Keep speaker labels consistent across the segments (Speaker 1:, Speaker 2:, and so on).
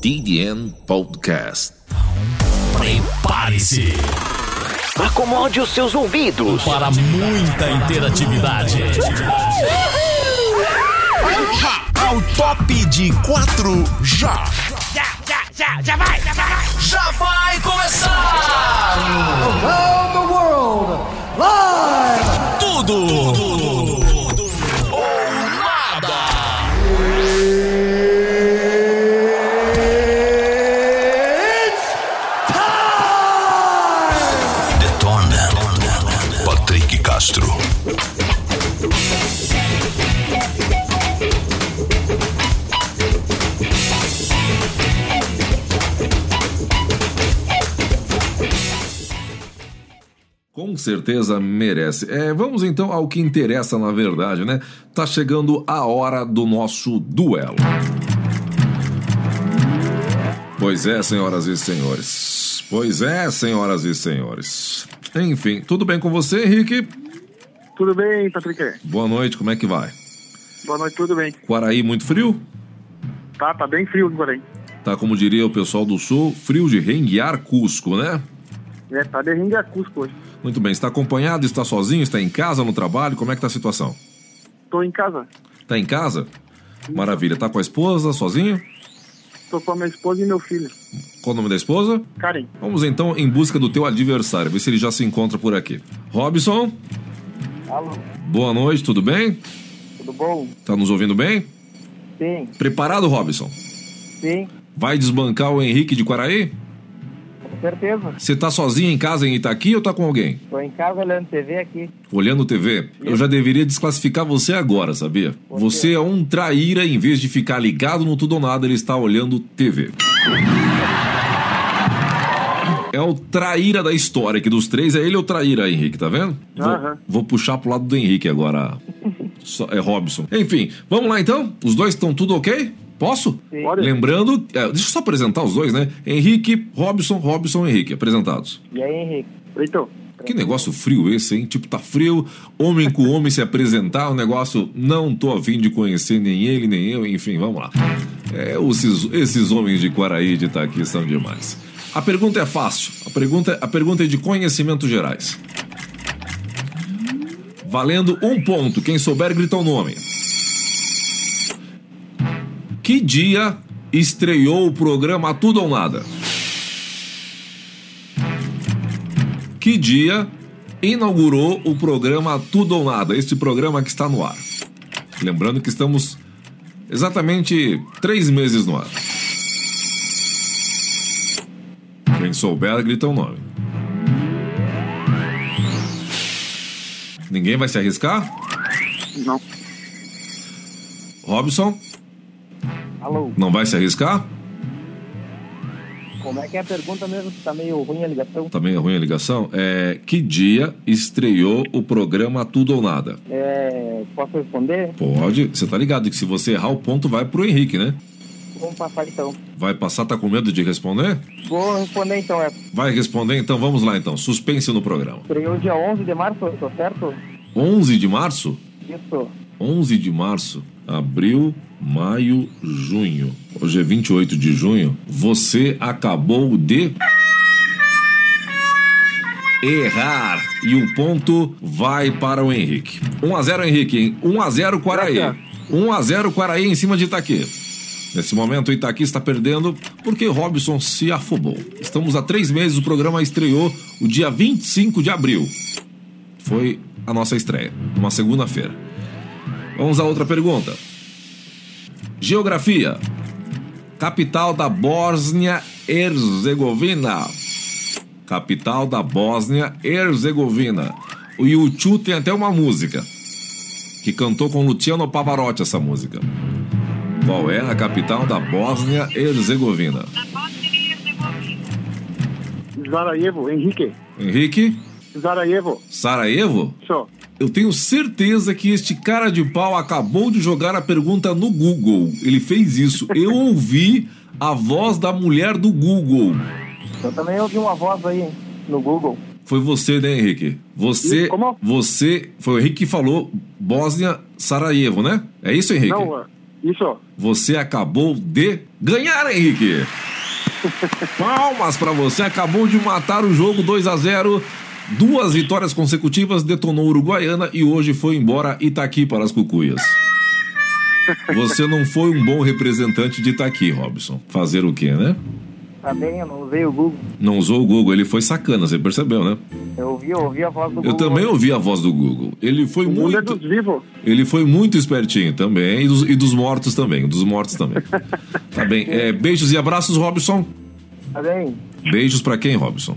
Speaker 1: TDN Podcast.
Speaker 2: Prepare-se
Speaker 3: Acomode os seus ouvidos.
Speaker 2: para muita interatividade.
Speaker 4: ao top de quatro já. Já, já, já, já vai, já vai. Já vai começar.
Speaker 2: Tudo!
Speaker 4: Detona. Patrick Castro.
Speaker 1: Com certeza merece. É, vamos então ao que interessa na verdade, né? Tá chegando a hora do nosso duelo. Pois é, senhoras e senhores. Pois é, senhoras e senhores. Enfim, tudo bem com você, Henrique?
Speaker 5: Tudo bem, Patrick?
Speaker 1: Boa noite, como é que vai?
Speaker 5: Boa noite, tudo bem.
Speaker 1: Quaraí, muito frio?
Speaker 5: Tá, tá bem frio agora aí.
Speaker 1: Tá, como diria o pessoal do Sul, frio de renguear Cusco, né?
Speaker 5: É, tá derrendo a Cusco hoje.
Speaker 1: Muito bem, está acompanhado, está sozinho, está em casa, no trabalho, como é que tá a situação?
Speaker 5: Tô em casa.
Speaker 1: Tá em casa? Maravilha, tá com a esposa, sozinho?
Speaker 5: Tô com a minha esposa e meu filho.
Speaker 1: Qual o nome da esposa?
Speaker 5: Karen,
Speaker 1: Vamos então em busca do teu adversário, ver se ele já se encontra por aqui. Robson,
Speaker 5: alô,
Speaker 1: boa noite, tudo bem?
Speaker 5: tudo bom?
Speaker 1: Tá nos ouvindo bem?
Speaker 5: Sim,
Speaker 1: Preparado, Robson?
Speaker 5: sim,
Speaker 1: Vai desbancar o Henrique de Quaraí?
Speaker 5: com certeza.
Speaker 1: Você tá sozinho em casa em Itaqui ou tá com alguém?
Speaker 5: Tô em casa olhando TV aqui.
Speaker 1: Olhando TV, eu já deveria desclassificar você agora, sabia? Você é um traíra, em vez de ficar ligado no tudo ou nada, ele está olhando TV. É o traíra da história aqui dos três, é ele ou traíra, Henrique, tá vendo? Vou,
Speaker 5: Aham.
Speaker 1: vou puxar pro lado do Henrique agora. Só- é Robson. Enfim, vamos lá então? Os dois estão tudo ok? Posso?
Speaker 5: Sim. Pode.
Speaker 1: Lembrando, é, deixa eu só apresentar os dois, né? Henrique, Robson, Robson, Henrique, apresentados.
Speaker 5: E aí, Henrique? Então,
Speaker 1: Que negócio frio esse, hein? Tipo, tá frio, homem com homem se apresentar, um negócio não tô afim de conhecer nem ele, nem eu, enfim, vamos lá. É, esses, esses homens de Quaraí de tá aqui são demais. A pergunta é fácil, a pergunta, a pergunta é de conhecimentos gerais. Valendo um ponto, quem souber grita o nome. Que dia estreou o programa Tudo ou Nada? que dia inaugurou o programa Tudo ou Nada, este programa que está no ar. Lembrando que estamos exatamente três meses no ar. Quem souber, grita o nome. Ninguém vai se arriscar?
Speaker 5: não.
Speaker 1: Robson,
Speaker 6: Alô,
Speaker 1: não vai se arriscar?
Speaker 6: como é que é a pergunta mesmo? Tá meio ruim a ligação.
Speaker 1: Também é ruim a ligação. É, que dia estreou o programa Tudo ou Nada?
Speaker 6: É, posso responder?
Speaker 1: Pode, você tá ligado que se você errar o ponto vai pro Henrique, né?
Speaker 6: Vamos passar então.
Speaker 1: Vai passar, tá com medo de responder?
Speaker 6: Vou responder então, é.
Speaker 1: Vai responder, então vamos lá então. Suspense no programa.
Speaker 6: Estreou é dia 11 de março, tô certo?
Speaker 1: 11 de março?
Speaker 6: Isso.
Speaker 1: 11 de março, abril, maio, junho. Hoje é 28 de junho. Você acabou de errar e o ponto vai para o Henrique. 1 a 0 Henrique, hein? 1 a 0 Quaraí. 1 a 0 Quaraí em cima de Itaqui. Nesse momento, o Itaqui está perdendo porque Robson se afobou. Estamos há três meses, o programa estreou o dia 25 de abril. Foi a nossa estreia, uma segunda-feira. Vamos a outra pergunta. Geografia. Capital da Bósnia-Herzegovina. Capital da Bósnia-Herzegovina. O YouTube tem até uma música que cantou com Luciano Pavarotti essa música. Qual é a capital da Bósnia-Herzegovina?
Speaker 5: Zarajevo, Henrique.
Speaker 1: Henrique?
Speaker 5: Zarajevo,
Speaker 1: Sarajevo?
Speaker 5: só.
Speaker 1: Eu tenho certeza que este cara de pau acabou de jogar a pergunta no Google. Ele fez isso. Eu ouvi a voz da mulher do Google.
Speaker 6: Eu também ouvi uma voz aí no Google.
Speaker 1: Foi você, né, Henrique? Você.
Speaker 5: Ih, como?
Speaker 1: Você. Foi o Henrique que falou Bósnia Sarajevo, né? É isso, Henrique?
Speaker 5: Não, é
Speaker 6: uh,
Speaker 5: Isso.
Speaker 1: Você acabou de ganhar, Henrique. Palmas pra você, acabou de matar o jogo 2 a 0. Duas vitórias consecutivas, detonou Uruguaiana e hoje foi embora Itaqui para as cucuias. Você não foi um bom representante de Itaqui, Robson. Fazer o quê, né?
Speaker 6: Tá bem, eu não usei o Google.
Speaker 1: Não usou o Google, ele foi sacana, você percebeu, né?
Speaker 6: Eu ouvi, eu ouvi a voz do Google.
Speaker 1: Eu também ouvi a voz do Google. Ele foi
Speaker 5: O mundo é
Speaker 1: muito.
Speaker 5: dos vivos.
Speaker 1: Ele foi muito espertinho também, e dos, e dos mortos também, dos mortos também. tá bem, é, beijos e abraços, Robson.
Speaker 6: Tá bem?
Speaker 1: Beijos pra quem, Robson?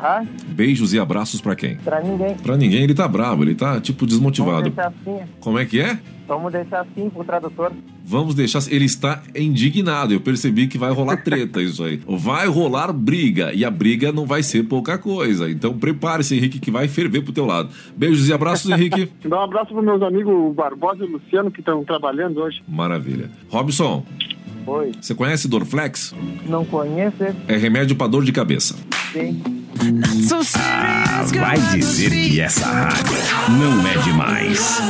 Speaker 6: Ah,
Speaker 1: Beijos e abraços pra quem?
Speaker 6: pra ninguém.
Speaker 1: Pra ninguém, ele tá bravo, ele tá tipo
Speaker 6: Vamos
Speaker 1: desmotivado.
Speaker 6: deixar assim.
Speaker 1: Como é que é?
Speaker 6: Vamos deixar assim pro tradutor.
Speaker 1: Vamos deixar. Ele está indignado. Eu percebi que vai rolar treta isso aí. Vai rolar briga. E a briga não vai ser pouca coisa. Então prepare-se, Henrique, que vai ferver pro teu lado. Beijos e abraços, Henrique.
Speaker 5: Dá um abraço pros meus amigos Barbosa e Luciano que estão trabalhando hoje.
Speaker 1: Maravilha. Robson,
Speaker 6: Oi.
Speaker 1: você conhece Dorflex?
Speaker 6: Não conheço esse
Speaker 1: É remédio pra dor de cabeça.
Speaker 6: bem.
Speaker 2: Vai dizer que essa rádio não é demais.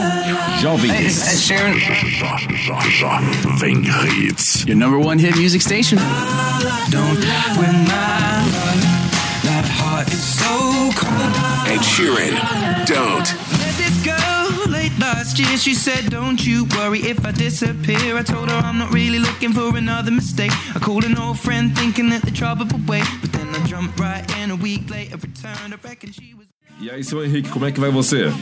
Speaker 2: Jovem Pan,
Speaker 4: Vem hits.
Speaker 7: Your number one hit music station.
Speaker 4: Ed Sheeran. Don't.
Speaker 8: Met this girl late last year. She said, Don't you worry if I disappear. I told her I'm not really looking for another mistake. I called an old friend thinking that the trouble would wait. But then I jumped right in a week later, returned. I reckon she was.
Speaker 1: E aí, seu Henrique, como é que vai você?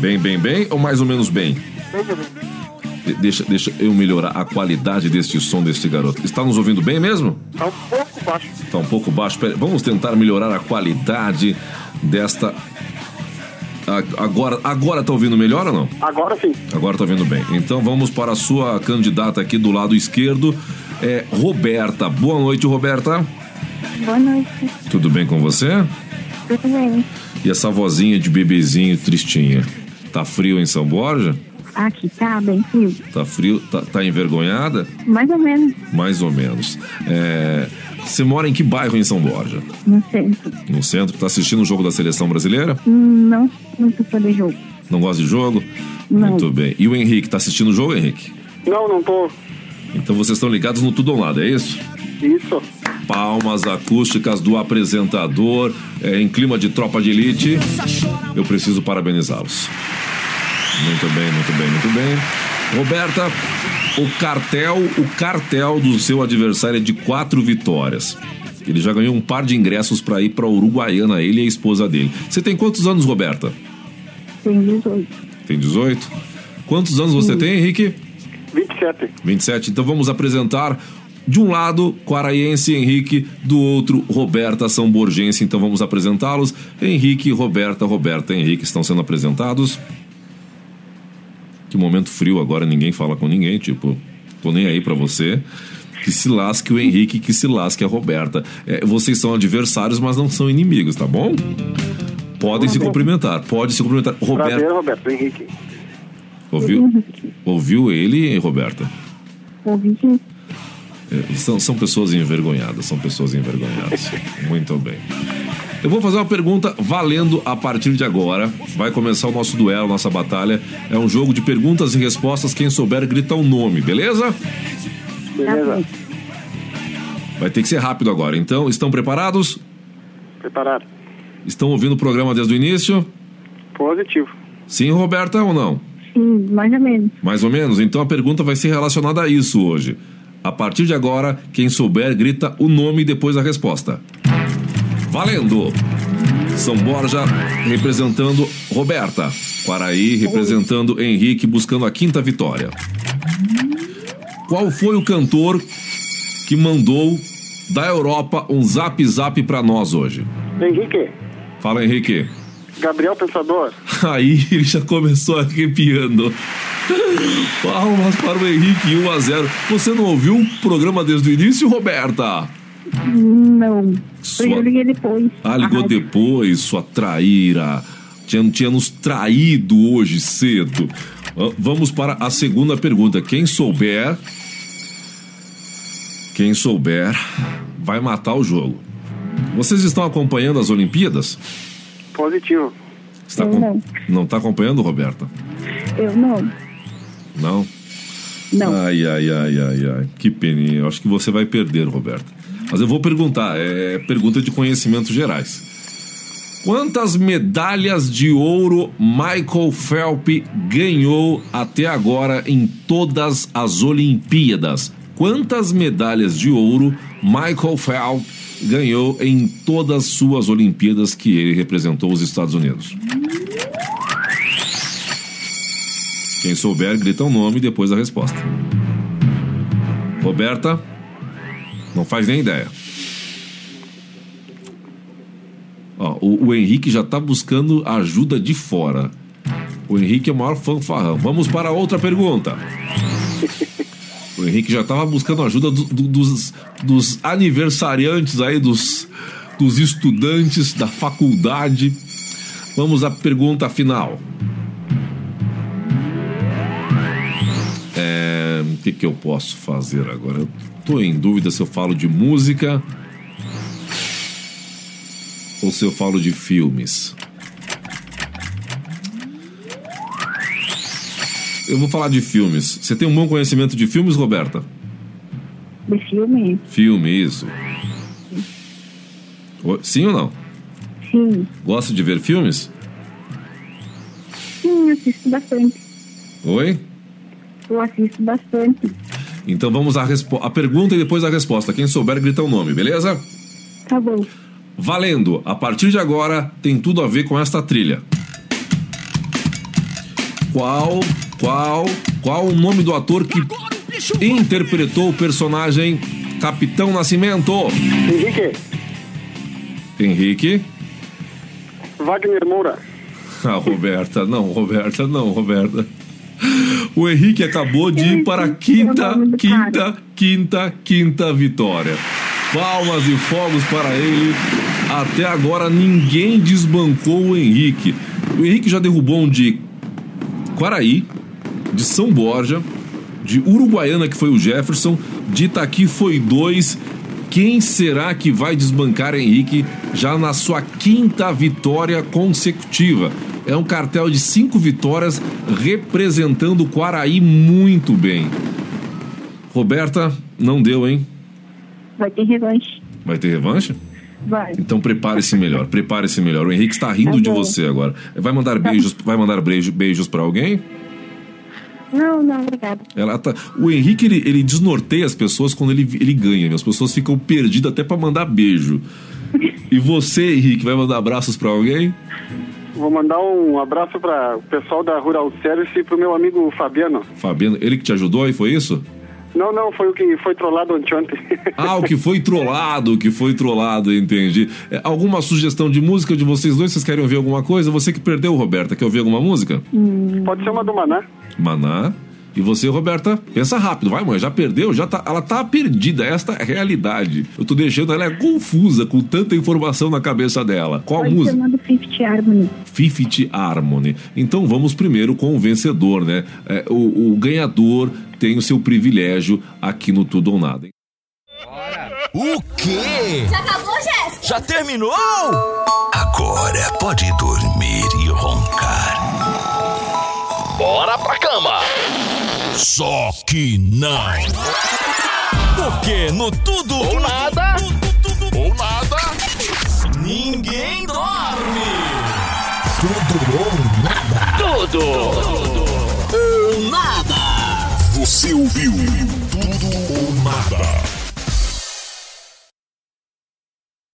Speaker 1: Bem, bem, bem ou mais ou menos bem? De- Deixa, deixa eu melhorar a qualidade deste som deste garoto. Está nos ouvindo bem mesmo?
Speaker 5: Tá um pouco baixo.
Speaker 1: Está um pouco baixo. Pera- vamos tentar melhorar a qualidade desta. A- Agora, agora tá ouvindo melhor ou não?
Speaker 5: Agora sim.
Speaker 1: Agora tá ouvindo bem. Então vamos para a sua candidata aqui do lado esquerdo, é Roberta. Boa noite, Roberta.
Speaker 9: Boa noite,
Speaker 1: Tudo bem com você?
Speaker 9: tudo bem?
Speaker 1: E essa vozinha de bebezinho tristinha. Tá frio em São Borja?
Speaker 9: Aqui tá bem frio,
Speaker 1: Tá frio? Tá, tá envergonhada?
Speaker 9: mais ou menos,
Speaker 1: Mais ou menos. É, Você mora em que bairro em São Borja?
Speaker 9: não sei,
Speaker 1: No centro? Tá assistindo o jogo da seleção brasileira?
Speaker 9: não, não tô fã do jogo.
Speaker 1: Não gosta de jogo?
Speaker 9: Não.
Speaker 1: Muito bem. E o Henrique, tá assistindo o jogo, Henrique?
Speaker 5: Não, não tô.
Speaker 1: Então vocês estão ligados no Tudo ao Lado, é isso?
Speaker 5: Isso.
Speaker 1: Palmas acústicas do apresentador é, em clima de tropa de elite. Eu preciso parabenizá-los. Muito bem, muito bem, muito bem. Roberta, o cartel, o cartel do seu adversário é de quatro vitórias. Ele já ganhou um par de ingressos para ir para Uruguaiana, ele e a esposa dele. Você tem quantos anos, Roberta?
Speaker 9: Tem 18,
Speaker 1: Tem 18? Quantos anos você tem, Henrique?
Speaker 5: 27.
Speaker 1: 27. Então vamos apresentar de um lado Quaraiense Henrique, do outro Roberta Samborgense. Então vamos apresentá-los. Henrique, Roberta, Roberta, Henrique estão sendo apresentados. Que momento frio agora, ninguém fala com ninguém, tipo, tô nem aí pra você. Que se lasque o Henrique, que se lasque a Roberta. É, vocês são adversários, mas não são inimigos, tá bom? Podem se cumprimentar, pode se cumprimentar.
Speaker 5: Prazer,
Speaker 1: Roberta,
Speaker 5: Roberto Henrique.
Speaker 1: ouviu, ouviu ele, Roberta?
Speaker 9: ouvi sim,
Speaker 1: É, São, são pessoas envergonhadas, são pessoas envergonhadas. Muito bem. Eu vou fazer uma pergunta valendo a partir de agora. Vai começar o nosso duelo, nossa batalha. É um jogo de perguntas e respostas. Quem souber grita o nome, beleza?
Speaker 9: tá
Speaker 5: Beleza.
Speaker 1: Vai ter que ser rápido agora. Então, estão preparados?
Speaker 5: Preparado.
Speaker 1: Estão ouvindo o programa desde o início?
Speaker 5: Positivo.
Speaker 1: Sim, Roberta, ou não?
Speaker 9: sim, mais ou menos.
Speaker 1: Mais ou menos? Então a pergunta vai ser relacionada a isso hoje. A partir de agora, quem souber grita o nome e depois a resposta. Valendo! São Borja representando Roberta. Quaraí representando Henrique, buscando a quinta vitória. Qual foi o cantor que mandou da Europa um zap zap pra nós hoje?
Speaker 5: Henrique.
Speaker 1: Fala, Henrique.
Speaker 5: Gabriel Pensador.
Speaker 1: Aí ele já começou arrepiando. Palmas para o Henrique, 1 a 0. Você não ouviu o programa desde o início, Roberta?
Speaker 9: Não,
Speaker 1: Sua-
Speaker 9: porque eu liguei depois.
Speaker 1: Ah, ligou
Speaker 9: rádio.
Speaker 1: depois, sua traíra. Tinha, tinha nos traído hoje cedo. Ah, Vamos para a segunda pergunta. Quem souber. Quem souber, vai matar o jogo. Vocês estão acompanhando as Olimpíadas?
Speaker 5: Positivo.
Speaker 1: Está tá
Speaker 9: Eu
Speaker 1: acom-
Speaker 9: não.
Speaker 1: Não está acompanhando, Roberta?
Speaker 9: Eu não,
Speaker 1: Não?
Speaker 9: Não.
Speaker 1: Ai, ai, ai, ai, ai. Que peninha. Eu acho que você vai perder, Roberto. Mas eu vou perguntar. É pergunta de conhecimentos gerais. Quantas medalhas de ouro Michael Phelps ganhou até agora em todas as Olimpíadas? Quantas medalhas de ouro Michael Phelps ganhou em todas suas Olimpíadas que ele representou os Estados Unidos? Quem souber, grita o nome depois da resposta. Roberta, não faz nem ideia. Ó, o, o Henrique já tá buscando ajuda de fora. O Henrique é o maior fanfarrão. Vamos para outra pergunta. O Henrique já tava buscando ajuda do- do- dos, dos aniversariantes aí, dos, dos estudantes da faculdade. Vamos à pergunta final. É, O que, que eu posso fazer agora? Eu tô em dúvida se eu falo de música ou se eu falo de filmes. Eu vou falar de filmes. Você tem um bom conhecimento de filmes, Roberta? Ah.
Speaker 9: De filme?
Speaker 1: Filme, isso. Oi, Sim ou não?
Speaker 9: Sim.
Speaker 1: Gosta de ver filmes?
Speaker 9: Sim, assisto bastante.
Speaker 1: Oi?
Speaker 9: Eu assisto bastante.
Speaker 1: Então vamos à respo- a pergunta e depois a resposta. Quem souber, grita o nome, beleza?
Speaker 9: Tá bom.
Speaker 1: Valendo! A partir de agora tem tudo a ver com esta trilha. Qual, qual, qual o nome do ator que interpretou o personagem Capitão Nascimento?
Speaker 5: Henrique,
Speaker 1: Henrique?
Speaker 5: Wagner Moura.
Speaker 1: Ah, Roberta, não, Roberta, não, Roberta. O Henrique acabou de ir para a quinta, quinta, quinta, quinta vitória. Palmas e fogos para ele. Até agora ninguém desbancou o Henrique. O Henrique já derrubou um de Quaraí, de São Borja, de Uruguaiana, que foi o Jefferson, de Itaqui foi dois. Quem será que vai desbancar Henrique já na sua quinta vitória consecutiva? É um cartel de cinco vitórias representando o Quaraí muito bem. Roberta, não deu, hein?
Speaker 9: Vai ter revanche.
Speaker 1: Vai ter revanche?
Speaker 9: Vai.
Speaker 1: Então prepare-se melhor, prepare-se melhor. O Henrique está rindo
Speaker 9: Tá
Speaker 1: de
Speaker 9: bom.
Speaker 1: você agora. Vai mandar beijos, vai mandar beijo- beijos para alguém?
Speaker 9: Não, não, obrigada.
Speaker 1: Ela tá... O Henrique, ele, ele desnorteia as pessoas quando ele, ele ganha, meu. As pessoas ficam perdidas até pra mandar beijo. E você, Henrique, vai mandar abraços pra alguém?
Speaker 5: Vou mandar um abraço para o pessoal da Rural Service e pro meu amigo Fabiano.
Speaker 1: Fabiano, ele que te ajudou e foi isso?
Speaker 5: Não, não, foi o que foi trollado anteontem.
Speaker 1: Ah, o que foi trollado, o que foi trollado, entendi. É, alguma sugestão de música de vocês dois? Vocês querem ouvir alguma coisa? Você que perdeu, Roberta, quer ouvir alguma música?
Speaker 5: Pode ser uma do Maná.
Speaker 1: Maná. E você, Roberta, pensa rápido, vai, mãe. Já perdeu, já tá, ela tá perdida. Esta é a realidade. Eu tô deixando ela confusa com tanta informação na cabeça dela. Qual
Speaker 9: Pode
Speaker 1: música?
Speaker 9: ser uma do Fifth Harmony.
Speaker 1: Fifth Harmony. Então vamos primeiro com o vencedor, né? É, o, o ganhador tem o seu privilégio aqui no Tudo ou Nada. hein?
Speaker 2: O quê?
Speaker 7: Já acabou, Jéssica?
Speaker 2: Já terminou?
Speaker 4: Agora pode dormir e roncar.
Speaker 3: Bora pra cama!
Speaker 2: Só que não. Porque no tudo ou
Speaker 3: nada.
Speaker 2: ou nada, ninguém dorme. Tudo ou nada.
Speaker 3: Tudo!
Speaker 2: Ou nada.
Speaker 4: Você ouviu?